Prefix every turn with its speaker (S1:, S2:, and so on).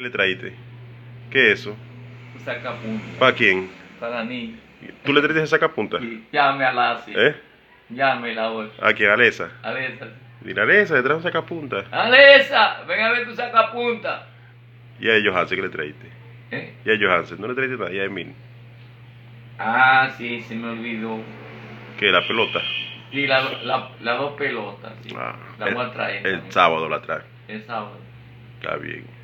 S1: le traíste? ¿Qué es eso?
S2: Un sacapunta.
S1: ¿Para quién?
S2: Para mí.
S1: ¿Tú le traíste esa sacapunta?
S2: Y llame a la así.
S1: ¿Eh?
S2: Llame la voz.
S1: ¿A quién? ¿Alesa?
S2: Alesa.
S1: Dile, Alesa, le trajo un sacapunta.
S2: Alesa, ven a ver tu sacapunta.
S1: Y a Johansen, ¿qué le traíste?
S2: ¿Eh?
S1: Y a Johansen, no le traíste nada. Y a Emil,
S2: Ah, sí, se me olvidó.
S1: que la pelota.
S2: Sí, las la, la dos pelotas. Sí.
S1: Ah,
S2: la voy a traer.
S1: El
S2: también.
S1: sábado la trae.
S2: El sábado.
S1: Está bien.